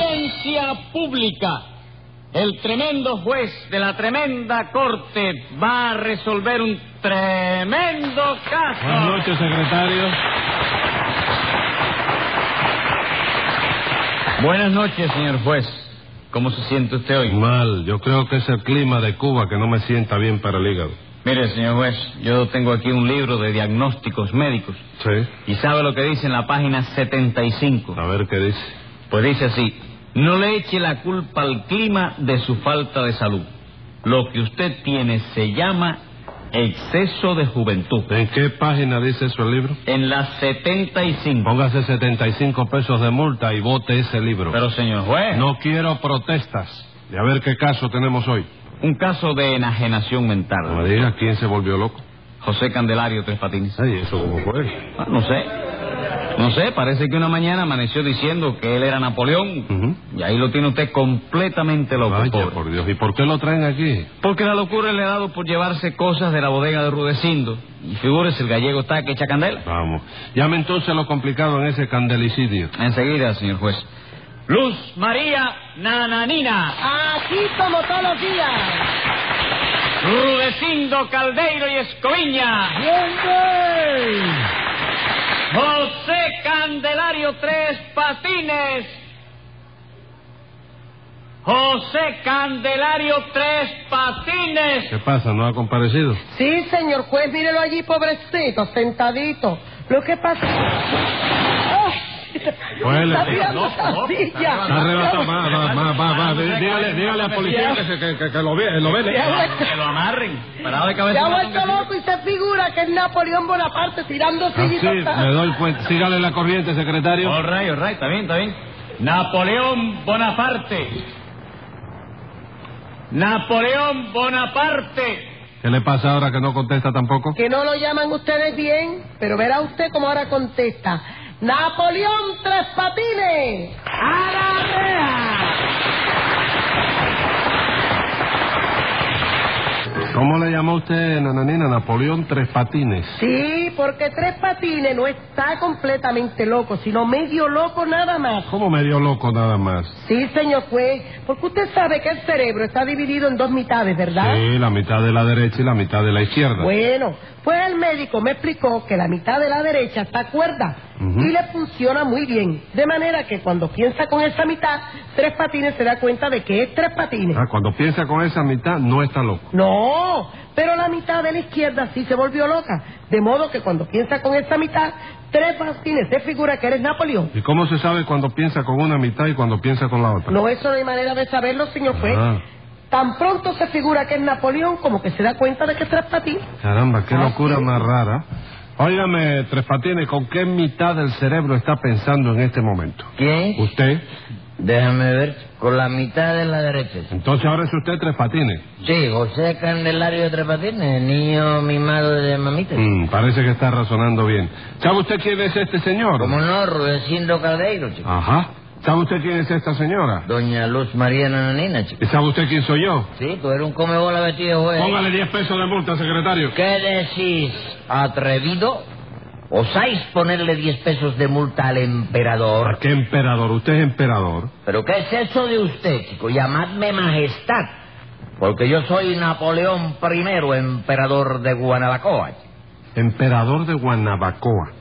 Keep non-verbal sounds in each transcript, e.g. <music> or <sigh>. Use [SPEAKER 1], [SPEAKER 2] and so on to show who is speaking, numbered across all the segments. [SPEAKER 1] Abogacía Pública. El tremendo juez de la tremenda corte va a resolver un tremendo caso.
[SPEAKER 2] Buenas noches, secretario.
[SPEAKER 1] Buenas noches, señor juez. ¿Cómo se siente usted hoy?
[SPEAKER 2] Mal, yo creo que es el clima de Cuba que no me sienta bien para el hígado.
[SPEAKER 1] Mire, señor juez, yo tengo aquí un libro de diagnósticos médicos.
[SPEAKER 2] Sí.
[SPEAKER 1] ¿Y sabe lo que dice en la página 75?
[SPEAKER 2] A ver qué dice.
[SPEAKER 1] Pues dice así, no le eche la culpa al clima de su falta de salud. Lo que usted tiene se llama exceso de juventud.
[SPEAKER 2] ¿En qué página dice eso el libro?
[SPEAKER 1] En la 75.
[SPEAKER 2] Póngase 75 pesos de multa y vote ese libro.
[SPEAKER 1] Pero señor juez,
[SPEAKER 2] No quiero protestas. Y a ver qué caso tenemos hoy.
[SPEAKER 1] un caso de enajenación
[SPEAKER 2] No me
[SPEAKER 1] mental.
[SPEAKER 2] digas quién se volvió loco.
[SPEAKER 1] José Candelario Tres Patines.
[SPEAKER 2] Ay, ¿eso cómo fue?
[SPEAKER 1] Ah, No sé. No sé, parece que una mañana amaneció diciendo que él era Napoleón.
[SPEAKER 2] Ujú.
[SPEAKER 1] Y ahí lo tiene usted completamente loco.
[SPEAKER 2] Mm. Vaya,
[SPEAKER 1] pobre.
[SPEAKER 2] por Dios. ¿Y por qué lo traen aquí?
[SPEAKER 1] Porque la locura le ha dado por llevarse cosas de la bodega de Rudecindo. Y figúrese, el gallego está que echa candela.
[SPEAKER 2] Vamos. Llame entonces lo complicado en ese candelicidio.
[SPEAKER 1] Enseguida, señor juez. Luz María Nananina,
[SPEAKER 3] Aquí como todos los días.
[SPEAKER 1] Rudecindo Caldeiro y Escoviña,
[SPEAKER 3] Bien, güey.
[SPEAKER 1] José Candelario Tres Patines, José Candelario Tres Patines.
[SPEAKER 2] ¿Qué pasa? ¿No ha comparecido?
[SPEAKER 3] Sí, señor juez, mírelo allí, pobrecito, sentadito. Lo que pasa... ¡Ay! <laughs>
[SPEAKER 2] Huele.
[SPEAKER 3] Está tirando
[SPEAKER 1] No, no,
[SPEAKER 3] sandilla.
[SPEAKER 2] Está arrebatado. Va, va, va, va, va. Dí- Dígale, dígale al policía que, se- que- que- que lo ve, lo vele.
[SPEAKER 3] Se ha vuelto-
[SPEAKER 1] Que lo amarren, parado de
[SPEAKER 3] se
[SPEAKER 1] cabeza.
[SPEAKER 3] ha vuelto loco y se figura que es Napoleón Bonaparte tirando
[SPEAKER 2] Ah, sí,
[SPEAKER 3] sillitas.
[SPEAKER 2] me doy cuenta. Sígale la corriente, secretario.
[SPEAKER 1] All right, all right, está bien, está bien. Napoleón Bonaparte. Napoleón Bonaparte.
[SPEAKER 2] ¿Qué le pasa ahora que no contesta tampoco?
[SPEAKER 3] Que no lo llaman ustedes bien, pero verá usted cómo ahora contesta. Napoleón Tres Patines. ¡A la rea!
[SPEAKER 2] ¿Cómo le llamó usted, Nananina? Napoleón Tres Patines.
[SPEAKER 3] Sí, porque Tres Patines no está completamente loco, sino medio loco nada más.
[SPEAKER 2] ¿Cómo me dio loco nada más?
[SPEAKER 3] Sí, señor juez, porque usted sabe que el cerebro está dividido en dos mitades, ¿verdad?
[SPEAKER 2] Sí, la mitad de la derecha y la mitad de la izquierda.
[SPEAKER 3] Bueno, pues el médico me explicó que la mitad de la derecha está cuerda
[SPEAKER 2] Ujú.
[SPEAKER 3] y le funciona muy bien. De manera que cuando piensa con esa mitad, tres patines se da cuenta de que es tres patines.
[SPEAKER 2] Ah, cuando piensa con esa mitad, no está loco.
[SPEAKER 3] No, pero la mitad de la izquierda sí se volvió loca. De modo que cuando piensa con esa mitad, tres patines se figura que eres Napoleón.
[SPEAKER 2] ¿Y cómo se sabe cuando piensa con una mitad y cuando piensa con la otra?
[SPEAKER 3] No, eso no hay manera de saberlo, señor juez.
[SPEAKER 2] Ah,
[SPEAKER 3] Tan pronto se figura que es Napoleón como que se da cuenta de que es tres patines.
[SPEAKER 2] caramba, qué
[SPEAKER 3] Ah,
[SPEAKER 2] locura
[SPEAKER 3] sí.
[SPEAKER 2] más rara. Óigame, Tres Patines, ¿con qué mitad del cerebro está pensando en este momento?
[SPEAKER 4] ¿Qué?
[SPEAKER 2] ¿Usted?
[SPEAKER 4] Déjame ver, con la mitad de la derecha.
[SPEAKER 2] Entonces ahora es usted Tres Patines.
[SPEAKER 4] Sí, José Candelario Tres Patines, niño mimado de mamita.
[SPEAKER 2] Mm, parece que está razonando bien. ¿Sabe usted quién es este señor?
[SPEAKER 4] Como no, Rudecindo Caldeiro, chico.
[SPEAKER 2] Ajá. ¿Sabe usted quién es esta señora?
[SPEAKER 4] Doña Luz María Nananina, chico.
[SPEAKER 2] ¿Y sabe usted quién soy yo?
[SPEAKER 4] Sí, tú eres un comebola vestido, güey.
[SPEAKER 2] Póngale 10 pesos de multa, secretario.
[SPEAKER 4] ¿Qué decís, atrevido? ¿Osáis ponerle 10 pesos de multa al
[SPEAKER 2] ¿Por
[SPEAKER 4] emperador?
[SPEAKER 2] qué emperador? Usted es emperador.
[SPEAKER 4] ¿Pero qué es eso de usted, chico? Llamadme majestad. Porque yo soy Napoleón I, emperador de Guanabacoa. chico.
[SPEAKER 2] Emperador de Guanabacoa.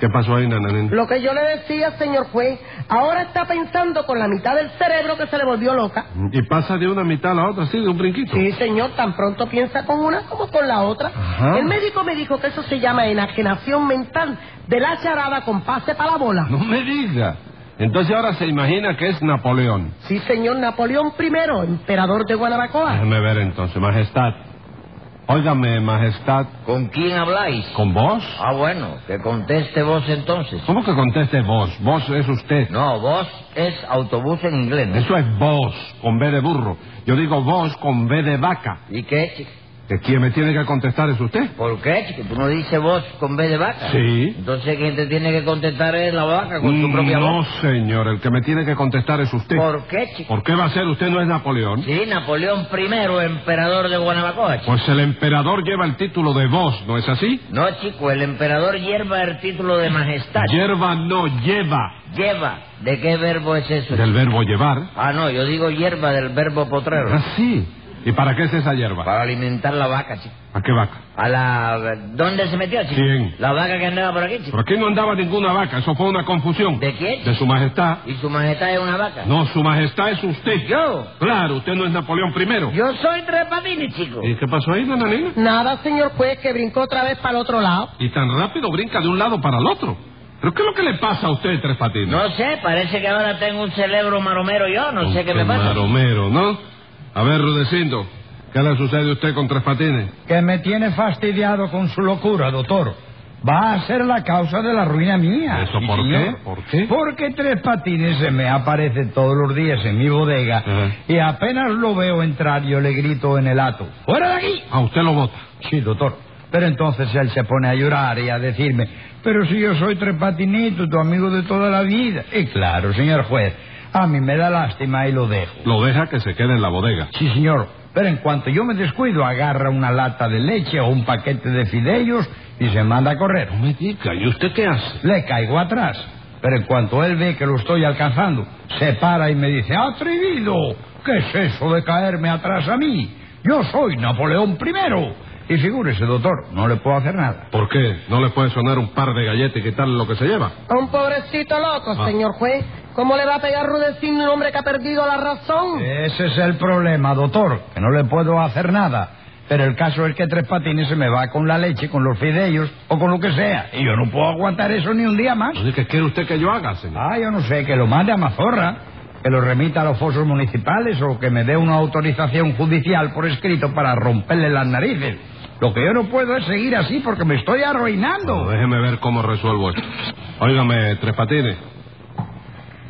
[SPEAKER 2] ¿Qué pasó ahí, Nananina?
[SPEAKER 3] Lo que yo le decía, señor juez, ahora está pensando con la mitad del cerebro que se le volvió loca.
[SPEAKER 2] Y pasa de una mitad a la otra, sí, de un brinquito.
[SPEAKER 3] Sí, señor, tan pronto piensa con una como con la otra.
[SPEAKER 2] Ajá.
[SPEAKER 3] El médico me dijo que eso se llama enajenación mental de la charada con pase para la bola.
[SPEAKER 2] <laughs> No me diga. Entonces ahora se imagina que es Napoleón.
[SPEAKER 3] Sí, señor, Napoleón I, emperador de Guanabacoa.
[SPEAKER 2] Déjeme ver entonces, majestad. Óigame, majestad,
[SPEAKER 4] ¿Con quién habláis?
[SPEAKER 2] ¿con vos?
[SPEAKER 4] Ah, bueno, que conteste vos entonces.
[SPEAKER 2] ¿Cómo que conteste vos? Vos es usted.
[SPEAKER 4] No, vos es autobús en inglés. ¿no?
[SPEAKER 2] Eso es vos, con B de burro. Yo digo vos con B de vaca.
[SPEAKER 4] ¿Y qué? chico?
[SPEAKER 2] Que quien me tiene que contestar es usted.
[SPEAKER 4] ¿Por qué, chico? ¿Tú no dices vos con B de vaca?
[SPEAKER 2] Sí.
[SPEAKER 4] Entonces quien te tiene que contestar es la vaca con su propia
[SPEAKER 2] no,
[SPEAKER 4] voz.
[SPEAKER 2] señor, el que me tiene que contestar es usted.
[SPEAKER 4] ¿Por qué, chico?
[SPEAKER 2] ¿Por qué va a ser? Usted no es Napoleón.
[SPEAKER 4] Sí, Napoleón I, emperador de Guanabacoa, chico.
[SPEAKER 2] Pues el emperador lleva el título de vos, ¿no es así?
[SPEAKER 4] No, chico, el emperador lleva el título de majestad.
[SPEAKER 2] Hierba no lleva
[SPEAKER 4] Lleva. ¿De qué verbo es eso?
[SPEAKER 2] del
[SPEAKER 4] chico?
[SPEAKER 2] verbo llevar.
[SPEAKER 4] Ah, no, yo digo hierba del verbo potrero.
[SPEAKER 2] Ah, sí. ¿Y para qué es esa hierba?
[SPEAKER 4] Para alimentar la vaca, chico.
[SPEAKER 2] ¿A qué vaca?
[SPEAKER 4] A la... ¿Dónde se metió, chico?
[SPEAKER 2] ¿Quién?
[SPEAKER 4] La vaca que andaba por aquí, chico.
[SPEAKER 2] Pero aquí no andaba ninguna vaca, eso fue una confusión.
[SPEAKER 4] ¿De quién?
[SPEAKER 2] De su majestad.
[SPEAKER 4] ¿Y su majestad es una vaca?
[SPEAKER 2] No, su majestad es usted.
[SPEAKER 4] ¿Yo?
[SPEAKER 2] Claro, usted no es Napoleón I.
[SPEAKER 4] Yo soy Tres Patines, chico.
[SPEAKER 2] ¿Y qué pasó ahí, nananina?
[SPEAKER 3] Nada, señor juez, que brincó otra vez para el otro lado.
[SPEAKER 2] Y tan rápido brinca de un lado para el otro. ¿Pero qué es lo que le pasa a usted, Tres Patines?
[SPEAKER 4] No sé, parece que ahora tengo un cerebro maromero yo, no sé
[SPEAKER 2] Con
[SPEAKER 4] qué me pasa.
[SPEAKER 2] Maromero, ¿no? A ver, Rudecindo, ¿qué le sucede a usted con Tres Patines?
[SPEAKER 5] que me tiene fastidiado con su locura, doctor. Va a ser la causa de la ruina mía.
[SPEAKER 2] ¿Eso
[SPEAKER 5] Sí,
[SPEAKER 2] por qué?
[SPEAKER 5] señor.
[SPEAKER 2] ¿Por qué?
[SPEAKER 5] Porque Tres Patines se me aparece todos los días en mi bodega
[SPEAKER 2] Ah.
[SPEAKER 5] y apenas lo veo entrar yo le grito en el ato. ¡Fuera de aquí!
[SPEAKER 2] A Ah, usted lo vota.
[SPEAKER 5] Sí, doctor. Pero entonces él se pone a llorar y a decirme, pero si yo soy Tres Patinitos, tu amigo de toda la vida. Y claro, señor juez, a mí me da lástima y lo dejo.
[SPEAKER 2] Lo deja que se quede en la bodega.
[SPEAKER 5] Sí, señor. Pero en cuanto yo me descuido, agarra una lata de leche o un paquete de fideos y se manda a correr.
[SPEAKER 2] No me diga, ¿y usted qué hace?
[SPEAKER 5] Le caigo atrás. Pero en cuanto él ve que lo estoy alcanzando, se para y me dice, atrevido, ¿qué es eso de caerme atrás a mí? Yo soy Napoleón I. Y figúrese, doctor, no le puedo hacer nada.
[SPEAKER 2] ¿Por qué? ¿No le puede sonar un par de galletas y quitarle lo que se lleva?
[SPEAKER 3] A un pobrecito loco,
[SPEAKER 2] Ah.
[SPEAKER 3] señor juez. ¿Cómo le va a pegar Rudecindo un hombre que ha perdido la razón?
[SPEAKER 5] Ese es el problema, doctor, que no le puedo hacer nada. Pero el caso es que Tres Patines se me va con la leche, con los fideos o con lo que sea. Y yo no puedo aguantar eso ni un día más.
[SPEAKER 2] Entonces, Pues ¿qué quiere usted que yo haga, señor?
[SPEAKER 5] Ah, yo no sé, que lo mande a Mazorra, que lo remita a los fosos municipales o que me dé una autorización judicial por escrito para romperle las narices. Lo que yo no puedo es seguir así porque me estoy
[SPEAKER 2] No,
[SPEAKER 5] arruinando.
[SPEAKER 2] déjeme ver cómo resuelvo esto. Óigame, Tres Patines.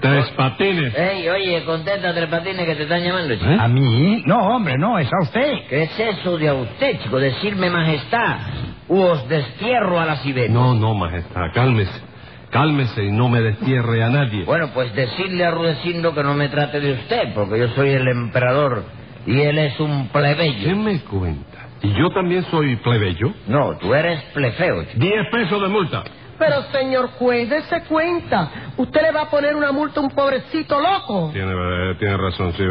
[SPEAKER 2] Tres
[SPEAKER 1] Eh,
[SPEAKER 2] Patines.
[SPEAKER 4] Ey, oye, contesta Tres Patines que te están llamando, chico.
[SPEAKER 2] ¿Eh?
[SPEAKER 5] ¿A mí? No, hombre, no, es a usted.
[SPEAKER 4] ¿Qué es eso de a usted, chico? Decirme majestad, u os destierro a la sirena.
[SPEAKER 2] No, no, majestad, cálmese. Cálmese y no me destierre a nadie.
[SPEAKER 4] Bueno, pues decirle a Rudecindo que no me trate de usted, porque yo soy el emperador y él es un
[SPEAKER 2] ¿Qué
[SPEAKER 4] plebeyo.
[SPEAKER 2] me cuenta? ¿Y yo también soy plebeyo?
[SPEAKER 4] No, tú eres plefeo, chico.
[SPEAKER 2] Diez pesos de multa.
[SPEAKER 3] Pero, señor juez, dése cuenta. Usted le va a poner una multa a un pobrecito loco.
[SPEAKER 2] Tiene, eh, tiene razón, sí.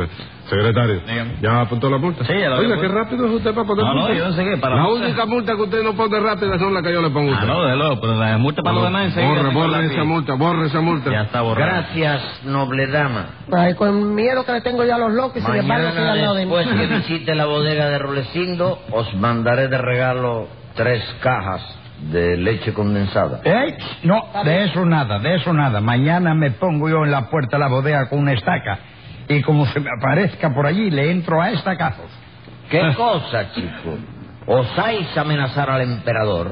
[SPEAKER 2] Secretario,
[SPEAKER 1] Dígame.
[SPEAKER 2] ¿ya apuntó la multa?
[SPEAKER 1] Sí, ya la había
[SPEAKER 2] Oiga, qué
[SPEAKER 1] puesto.
[SPEAKER 2] rápido es usted para poner
[SPEAKER 1] Ah, No, no,
[SPEAKER 2] multa.
[SPEAKER 1] yo no sé qué, para
[SPEAKER 2] La
[SPEAKER 1] multa.
[SPEAKER 2] única multa que usted no pone rápida son las que yo le pongo a
[SPEAKER 1] Ah,
[SPEAKER 2] usted.
[SPEAKER 1] no, de luego, pero la multa para los demás enseguida.
[SPEAKER 2] borre,
[SPEAKER 1] se
[SPEAKER 2] borre
[SPEAKER 1] colapsa y-
[SPEAKER 2] esa multa, borre esa multa.
[SPEAKER 1] Ya está borrado.
[SPEAKER 4] Gracias, noble dama.
[SPEAKER 3] Ay, con miedo que le tengo yo a los locos y sin embargo estoy al
[SPEAKER 4] Mañana
[SPEAKER 3] lado de
[SPEAKER 4] después
[SPEAKER 5] <laughs>
[SPEAKER 4] que
[SPEAKER 3] mí.
[SPEAKER 4] visite la bodega de Rulecindo, os mandaré de regalo tres cajas de leche condensada.
[SPEAKER 5] ¿Eh? No, de eso nada, de eso nada. Mañana me pongo yo en la puerta de la bodega con una estaca y como se me aparezca por allí le entro a estacazos. <laughs>
[SPEAKER 4] ¿Qué cosa, chico? ¿Osáis amenazar al emperador?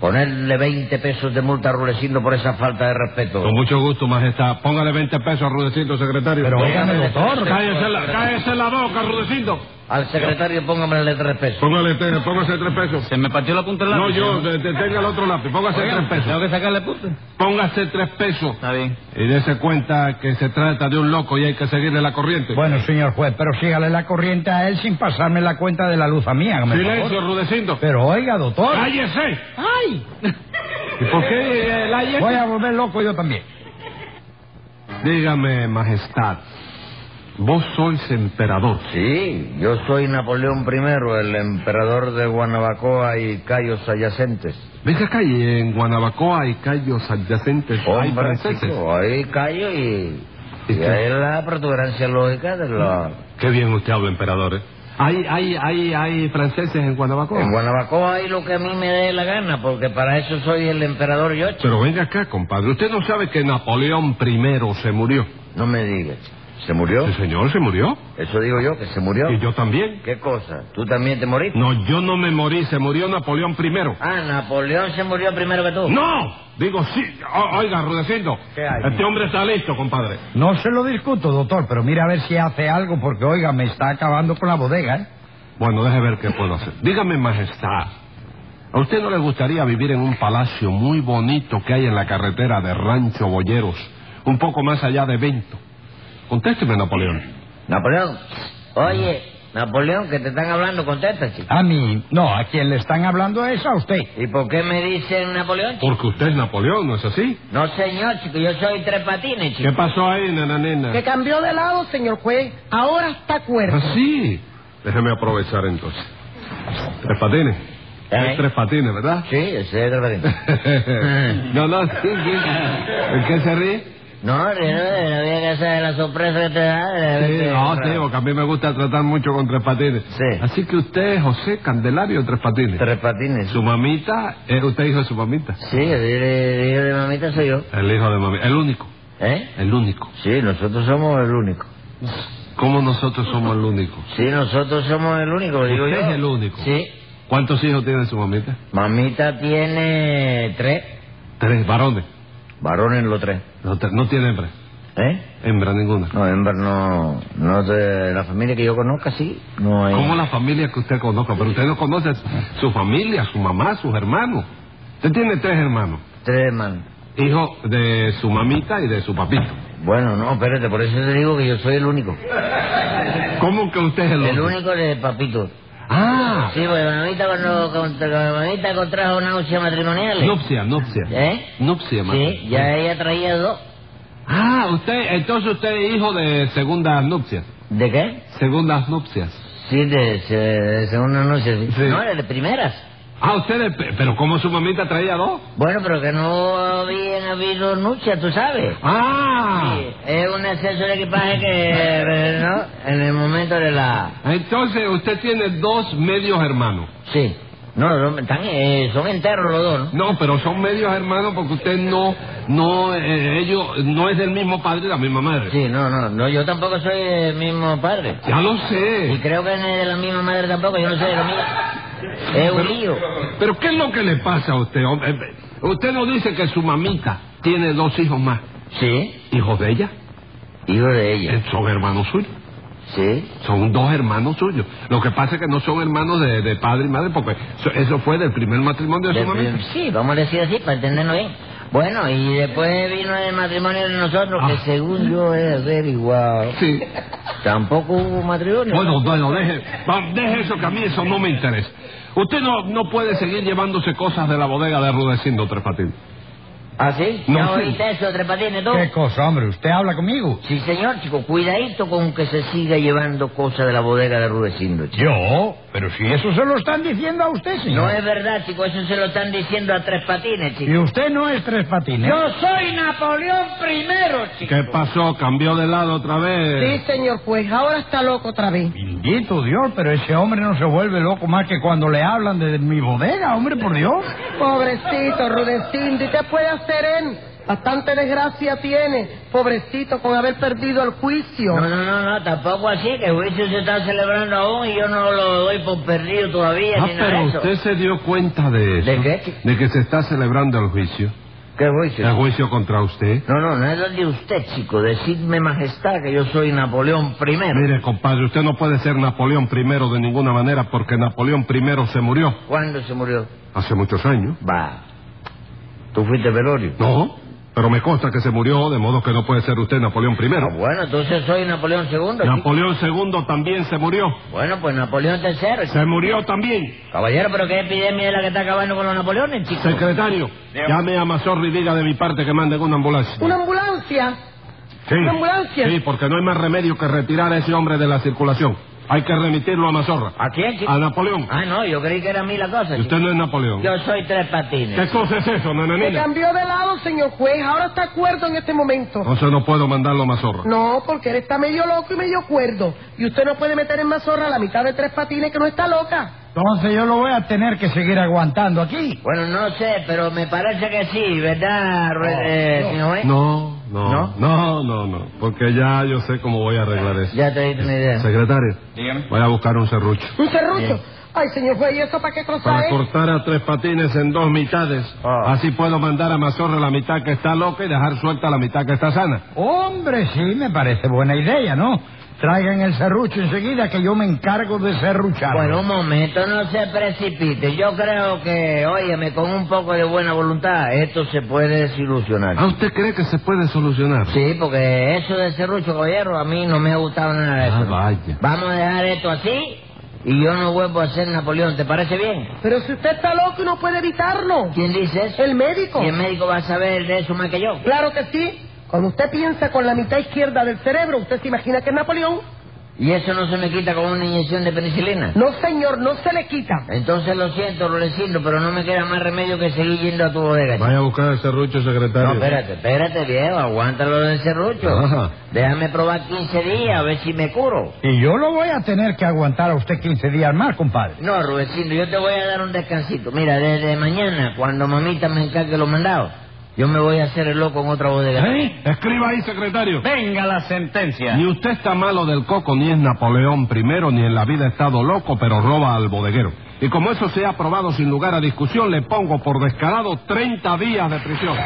[SPEAKER 4] Ponerle 20 pesos de multa a Rulecindo por esa falta de respeto.
[SPEAKER 2] Con mucho gusto, majestad. Póngale 20 pesos a Rudecindo, secretario.
[SPEAKER 5] Pero
[SPEAKER 4] Póngame
[SPEAKER 5] óigame, doctor.
[SPEAKER 2] Cállese la, cállese la boca, Rudecindo.
[SPEAKER 4] Al secretario póngamele tres pesos.
[SPEAKER 2] Póngale, te- póngase tres pesos.
[SPEAKER 1] Se me partió la punta del lápiz.
[SPEAKER 2] No, yo,
[SPEAKER 1] Oiga,
[SPEAKER 2] de- de- tenga el otro lápiz. Póngase tres
[SPEAKER 1] Tengo
[SPEAKER 2] pesos.
[SPEAKER 1] que sacarle punta.
[SPEAKER 2] Póngase tres pesos.
[SPEAKER 1] Está bien.
[SPEAKER 2] Y dése cuenta que se trata de un loco y hay que seguirle la corriente.
[SPEAKER 5] Bueno, señor juez, pero sígale la corriente a él sin pasarme la cuenta de la luz a mí. hágame el favor.
[SPEAKER 2] Silencio, Rudecindo.
[SPEAKER 5] Pero oiga, doctor,
[SPEAKER 2] ¡Cállese!
[SPEAKER 3] ¡Ay!
[SPEAKER 2] ¿Y por qué el ayer?
[SPEAKER 5] voy a volver loco yo también.
[SPEAKER 2] Dígame, majestad, vos sois emperador.
[SPEAKER 4] Sí, yo soy Napoleón I, el emperador de Guanabacoa y callos adyacentes.
[SPEAKER 2] Venga acá y en Guanabacoa hay callos adyacentes. hay
[SPEAKER 4] Oh, Hombre,
[SPEAKER 2] franceses.
[SPEAKER 4] chico, hay callos y,
[SPEAKER 2] ¿Y
[SPEAKER 4] y
[SPEAKER 2] qué?
[SPEAKER 4] hay la protuberancia lógica de la...
[SPEAKER 2] Qué bien usted habla, emperador. ¿eh? ¿Hay, hay, hay, hay franceses en Guanabacoa.
[SPEAKER 4] En Guanabacoa hay lo que a mí me dé la gana, porque para eso soy el emperador yo, chico.
[SPEAKER 2] Pero venga acá, compadre. Usted no sabe que Napoleón I se murió.
[SPEAKER 4] No me digas. ¿Se murió?
[SPEAKER 2] El señor se murió.
[SPEAKER 4] Eso digo yo, que se murió.
[SPEAKER 2] Y yo también.
[SPEAKER 4] ¿Qué cosa? ¿Tú también te moriste?
[SPEAKER 2] No, yo no me morí. Se murió Napoleón I.
[SPEAKER 4] Ah, Napoleón se murió primero que tú.
[SPEAKER 2] ¡No! Digo, sí. O- oiga, Rudecindo.
[SPEAKER 5] ¿Qué hay?
[SPEAKER 2] Este hombre está listo, compadre.
[SPEAKER 5] No se lo discuto, doctor, pero mira a ver si hace algo, porque oiga, me está acabando con la bodega, ¿eh?
[SPEAKER 2] Bueno, deje ver qué puedo hacer. Dígame, majestad, ¿a usted no le gustaría vivir en un palacio muy bonito que hay en la carretera de Rancho Boyeros, un poco más allá de Vento? Contésteme, Napoleón.
[SPEAKER 4] Napoleón, oye, Napoleón, que te están hablando, contesta, chico.
[SPEAKER 5] A mí, no, a quien le están hablando es a usted.
[SPEAKER 4] ¿Y por qué me dicen Napoleón, chico?
[SPEAKER 2] Porque usted es Napoleón, ¿no es así?
[SPEAKER 4] No, señor, chico, yo soy tres patines,
[SPEAKER 2] ¿Qué
[SPEAKER 4] chico.
[SPEAKER 2] pasó ahí, nananena?
[SPEAKER 3] Que cambió de lado, señor juez. Ahora está cuerdo.
[SPEAKER 2] Ah, sí. Déjeme aprovechar entonces. Tres patines.
[SPEAKER 4] ¿Eh?
[SPEAKER 2] Es Tres patines, ¿verdad?
[SPEAKER 4] Sí, ese es tres
[SPEAKER 2] <laughs>
[SPEAKER 4] patines.
[SPEAKER 2] no, no, sí, sí. ¿En qué se ríe?
[SPEAKER 4] No, no, no, no había que hacer la sorpresa que te da. de-
[SPEAKER 2] Sí,
[SPEAKER 4] de-
[SPEAKER 2] no, sí, porque a mí me gusta tratar mucho con Tres Patines.
[SPEAKER 4] Sí.
[SPEAKER 2] Así que usted es José Candelario Tres Patines.
[SPEAKER 4] Tres patines.
[SPEAKER 2] Su mamita, eh, usted hijo de su mamita.
[SPEAKER 4] Sí, el el hijo de mamita soy yo.
[SPEAKER 2] El hijo de mamita, el único,
[SPEAKER 4] ¿Eh?
[SPEAKER 2] el único.
[SPEAKER 4] Sí, nosotros somos el único.
[SPEAKER 2] ¿Cómo nosotros somos el único?
[SPEAKER 4] Sí, nosotros somos el único, digo
[SPEAKER 2] Usted
[SPEAKER 4] yo.
[SPEAKER 2] es el único.
[SPEAKER 4] Sí.
[SPEAKER 2] ¿Cuántos hijos tiene su mamita?
[SPEAKER 4] Mamita tiene tres.
[SPEAKER 2] Tres varones.
[SPEAKER 4] Varones los tres.
[SPEAKER 2] No, te- no tiene hembra,
[SPEAKER 4] ¿Eh?
[SPEAKER 2] hembra ninguna.
[SPEAKER 4] No, hembra no... No de la familia que yo conozca, sí. No hay...
[SPEAKER 2] Como la familia que usted conozca, pero usted no conoce su familia, su mamá, sus hermanos. Usted tiene tres hermanos,
[SPEAKER 4] Tres hermanos.
[SPEAKER 2] hijo de su mamita y de su papito.
[SPEAKER 4] Bueno, no, espérate, por eso te digo que yo soy el único.
[SPEAKER 2] ¿Cómo que usted es el,
[SPEAKER 4] El
[SPEAKER 2] otro?
[SPEAKER 4] único de papito.
[SPEAKER 2] Ah,
[SPEAKER 4] Sí, pues mamita cuando, cuando mamita contrajo náuseas matrimoniales.
[SPEAKER 2] nupcia, nupcia.
[SPEAKER 4] ¿Eh?
[SPEAKER 2] Nupcia, mamá.
[SPEAKER 4] Sí, ya ella traía dos.
[SPEAKER 2] Ah, usted, entonces usted es hijo de segundas nupcias.
[SPEAKER 4] ¿De qué?
[SPEAKER 2] Segundas nupcias.
[SPEAKER 4] Sí, de, se- de segunda noche. sí.
[SPEAKER 2] Sí.
[SPEAKER 4] No, era de primeras.
[SPEAKER 2] Ah, usted, es- pero ¿cómo su mamita traía dos?
[SPEAKER 4] Bueno, pero que no habían habido nucha, tú sabes.
[SPEAKER 2] Ah,
[SPEAKER 4] Sí, es un exceso de equipaje que, <laughs> eh, ¿no? En el momento de la...
[SPEAKER 2] entonces usted tiene dos medios hermanos.
[SPEAKER 4] Sí. No, no, están, eh, son enteros los dos, ¿no?
[SPEAKER 2] No, pero son medios hermanos porque usted no, no, eh, ellos, no es del mismo padre y la misma madre.
[SPEAKER 4] Sí, no, no, no, yo tampoco soy del mismo padre.
[SPEAKER 2] Ya lo
[SPEAKER 4] Y
[SPEAKER 2] sé.
[SPEAKER 4] creo que no es de la misma madre tampoco, yo no soy de lo mío. Es un lío.
[SPEAKER 2] Pero ¿qué es lo que le pasa a usted? hombre? Eh, Usted no dice que su mamita tiene dos hijos más.
[SPEAKER 4] Sí,
[SPEAKER 2] ¿Hijos de ella?
[SPEAKER 4] hijo de
[SPEAKER 2] Eh,
[SPEAKER 4] ella.
[SPEAKER 2] Son hermanos suyos.
[SPEAKER 4] Sí.
[SPEAKER 2] Son dos hermanos suyos. Lo que pasa es que no son hermanos de, de padre y madre porque eso, eso fue del primer matrimonio de
[SPEAKER 4] De-
[SPEAKER 2] su mamita.
[SPEAKER 4] sí, vamos a decir así, para entenderlo bien. Bueno, y después vino el matrimonio de nosotros, que
[SPEAKER 2] Ah.
[SPEAKER 4] según yo he averiguado,
[SPEAKER 2] Sí.
[SPEAKER 4] tampoco hubo matrimonio.
[SPEAKER 2] Bueno, bueno, deje, va, deje eso que a mí eso no me interesa. Usted no, no puede seguir llevándose cosas de la bodega de Rudecindo Tres Patines.
[SPEAKER 4] ¿Ah, sí?
[SPEAKER 2] No,
[SPEAKER 4] ¿Ya
[SPEAKER 2] sí.
[SPEAKER 4] oíste eso, Tres Patines, tú?
[SPEAKER 5] ¿Qué cosa, hombre? ¿Usted habla conmigo?
[SPEAKER 4] Sí, señor, chico, cuidadito con que se siga llevando cosas de la bodega de Rudecindo, chico.
[SPEAKER 5] Yo, pero si eso se lo están diciendo a usted, señor.
[SPEAKER 4] No es verdad, chico, eso se lo están diciendo a Tres Patines,
[SPEAKER 5] Y
[SPEAKER 4] chico.
[SPEAKER 5] usted no es tres patines.
[SPEAKER 4] Yo soy Napoleón primero, chico.
[SPEAKER 2] ¿Qué pasó? ¿Cambió de lado otra
[SPEAKER 3] Sí,
[SPEAKER 2] vez?
[SPEAKER 3] señor juez. Ahora está loco otra vez.
[SPEAKER 5] Bendito Dios, pero ese hombre no se vuelve loco más que cuando le hablan de mi bodega, hombre, por Dios.
[SPEAKER 3] Pobrecito, Rudecindo, ¿y qué puede hacer él? Bastante desgracia tiene, pobrecito, con haber perdido el juicio.
[SPEAKER 4] No, no, no, no, tampoco así, que el juicio se está celebrando aún y yo no lo doy por perdido todavía,
[SPEAKER 2] Ah,
[SPEAKER 4] ni nada
[SPEAKER 2] pero
[SPEAKER 4] de eso.
[SPEAKER 2] usted se dio cuenta de eso.
[SPEAKER 4] ¿De qué?
[SPEAKER 2] De que se está celebrando el juicio.
[SPEAKER 4] ¿Qué juicio?
[SPEAKER 2] El juicio contra usted.
[SPEAKER 4] No, no, no es el de usted, chico. Decidme, majestad, que yo soy Napoleón primero.
[SPEAKER 2] Mire, compadre, usted no puede ser Napoleón I de ninguna manera porque Napoleón I se murió
[SPEAKER 4] ¿Cuándo se murió?
[SPEAKER 2] hace muchos años.
[SPEAKER 4] Va. ¿Tú fuiste velorio?
[SPEAKER 2] No, pero me consta que se murió, de modo que no puede ser usted Napoleón
[SPEAKER 4] Ah,
[SPEAKER 2] I.
[SPEAKER 4] bueno, entonces soy Napoleón segundo. chico.
[SPEAKER 2] Napoleón II también se murió.
[SPEAKER 4] Bueno, pues Napoleón tercero. chico.
[SPEAKER 2] Se murió también.
[SPEAKER 4] Caballero, pero qué epidemia es la que está acabando con los Napoleones, chico.
[SPEAKER 2] Secretario, llame a Mazorri y diga de mi parte que manden una ambulancia.
[SPEAKER 3] ¿Una ambulancia?
[SPEAKER 2] Sí.
[SPEAKER 3] ¿Una ambulancia?
[SPEAKER 2] Sí, porque no hay más remedio que retirar a ese hombre de la circulación. Hay que remitirlo a Mazorra.
[SPEAKER 4] ¿A quién, chico?
[SPEAKER 2] A Napoleón.
[SPEAKER 4] Ah, no, yo creí que era a mí la cosa.
[SPEAKER 2] Y Usted
[SPEAKER 4] chico.
[SPEAKER 2] no es Napoleón.
[SPEAKER 4] Yo soy tres patines.
[SPEAKER 2] ¿Qué cosa es eso,
[SPEAKER 3] Se
[SPEAKER 2] nananina?
[SPEAKER 3] cambió de lado, señor juez, ahora está cuerdo en este momento.
[SPEAKER 2] Entonces Oh, no puedo mandarlo a Mazorra.
[SPEAKER 3] No, porque él está medio loco y medio cuerdo. Y usted no puede meter en mazorra la mitad de tres patines que no está loca.
[SPEAKER 5] Entonces yo lo voy a tener que seguir aguantando aquí.
[SPEAKER 4] Bueno, no sé, pero me parece que sí, ¿verdad, Ru-
[SPEAKER 5] No,
[SPEAKER 4] eh,
[SPEAKER 5] no.
[SPEAKER 4] señor juez?
[SPEAKER 2] No, no,
[SPEAKER 4] ¿No?
[SPEAKER 2] no, no, no, Porque ya yo sé cómo voy a arreglar eso.
[SPEAKER 4] Ya te diste una idea.
[SPEAKER 2] Secretario, voy a buscar un serrucho.
[SPEAKER 3] Un serrucho.
[SPEAKER 4] Sí.
[SPEAKER 3] Ay, señor juez, ¿y eso para qué cruzar
[SPEAKER 2] Para cortar a tres patines en dos mitades.
[SPEAKER 4] Ah.
[SPEAKER 2] Así puedo mandar a Mazorra la mitad que está loca y dejar suelta la mitad que está sana.
[SPEAKER 5] Hombre, sí, me parece buena idea, ¿no? Traigan el serrucho enseguida que yo me encargo de serruchar.
[SPEAKER 4] Bueno, un momento, no se precipite. Yo creo que, óyeme, con un poco de buena voluntad, esto se puede desilusionar.
[SPEAKER 2] ¿Ah, usted cree que se puede solucionar?
[SPEAKER 4] Sí, porque eso de serrucho, caballero, a mí no me ha gustado nada de eso.
[SPEAKER 2] Ah, vaya.
[SPEAKER 4] Vamos a dejar esto así y yo no vuelvo a ser Napoleón. ¿Te parece bien?
[SPEAKER 3] Pero si usted está loco y no puede evitarlo.
[SPEAKER 4] ¿Quién dice eso?
[SPEAKER 3] El médico.
[SPEAKER 4] ¿Y el médico va a saber de eso más que yo?
[SPEAKER 3] Claro que sí. Cuando usted piensa con la mitad izquierda del cerebro, usted se imagina que es Napoleón.
[SPEAKER 4] ¿Y eso no se me quita con una inyección de penicilina?
[SPEAKER 3] No, señor, no se le quita.
[SPEAKER 4] Entonces lo siento, Lorecito, pero no me queda más remedio que seguir yendo a tu bodega. chico.
[SPEAKER 2] Vaya a buscar el serrucho,
[SPEAKER 4] No,
[SPEAKER 2] secretario.
[SPEAKER 4] espérate, espérate, viejo, aguántalo del serrucho.
[SPEAKER 2] Ajá.
[SPEAKER 4] Déjame probar 15 días a ver si me curo.
[SPEAKER 5] Y yo lo voy a tener que aguantar a usted 15 días más, compadre.
[SPEAKER 4] No, Rubecino, yo te voy a dar un descansito. Mira, desde mañana, cuando mamita me encargue los mandados, yo me voy a hacer el loco en otra bodega.
[SPEAKER 2] ¿Eh? Escriba ahí, secretario.
[SPEAKER 1] Venga la sentencia.
[SPEAKER 2] Ni usted está malo del coco, ni es Napoleón primero, ni en la vida ha estado loco, pero roba al bodeguero. Y como eso se ha aprobado sin lugar a discusión, le pongo por descarado 30 días de prisión.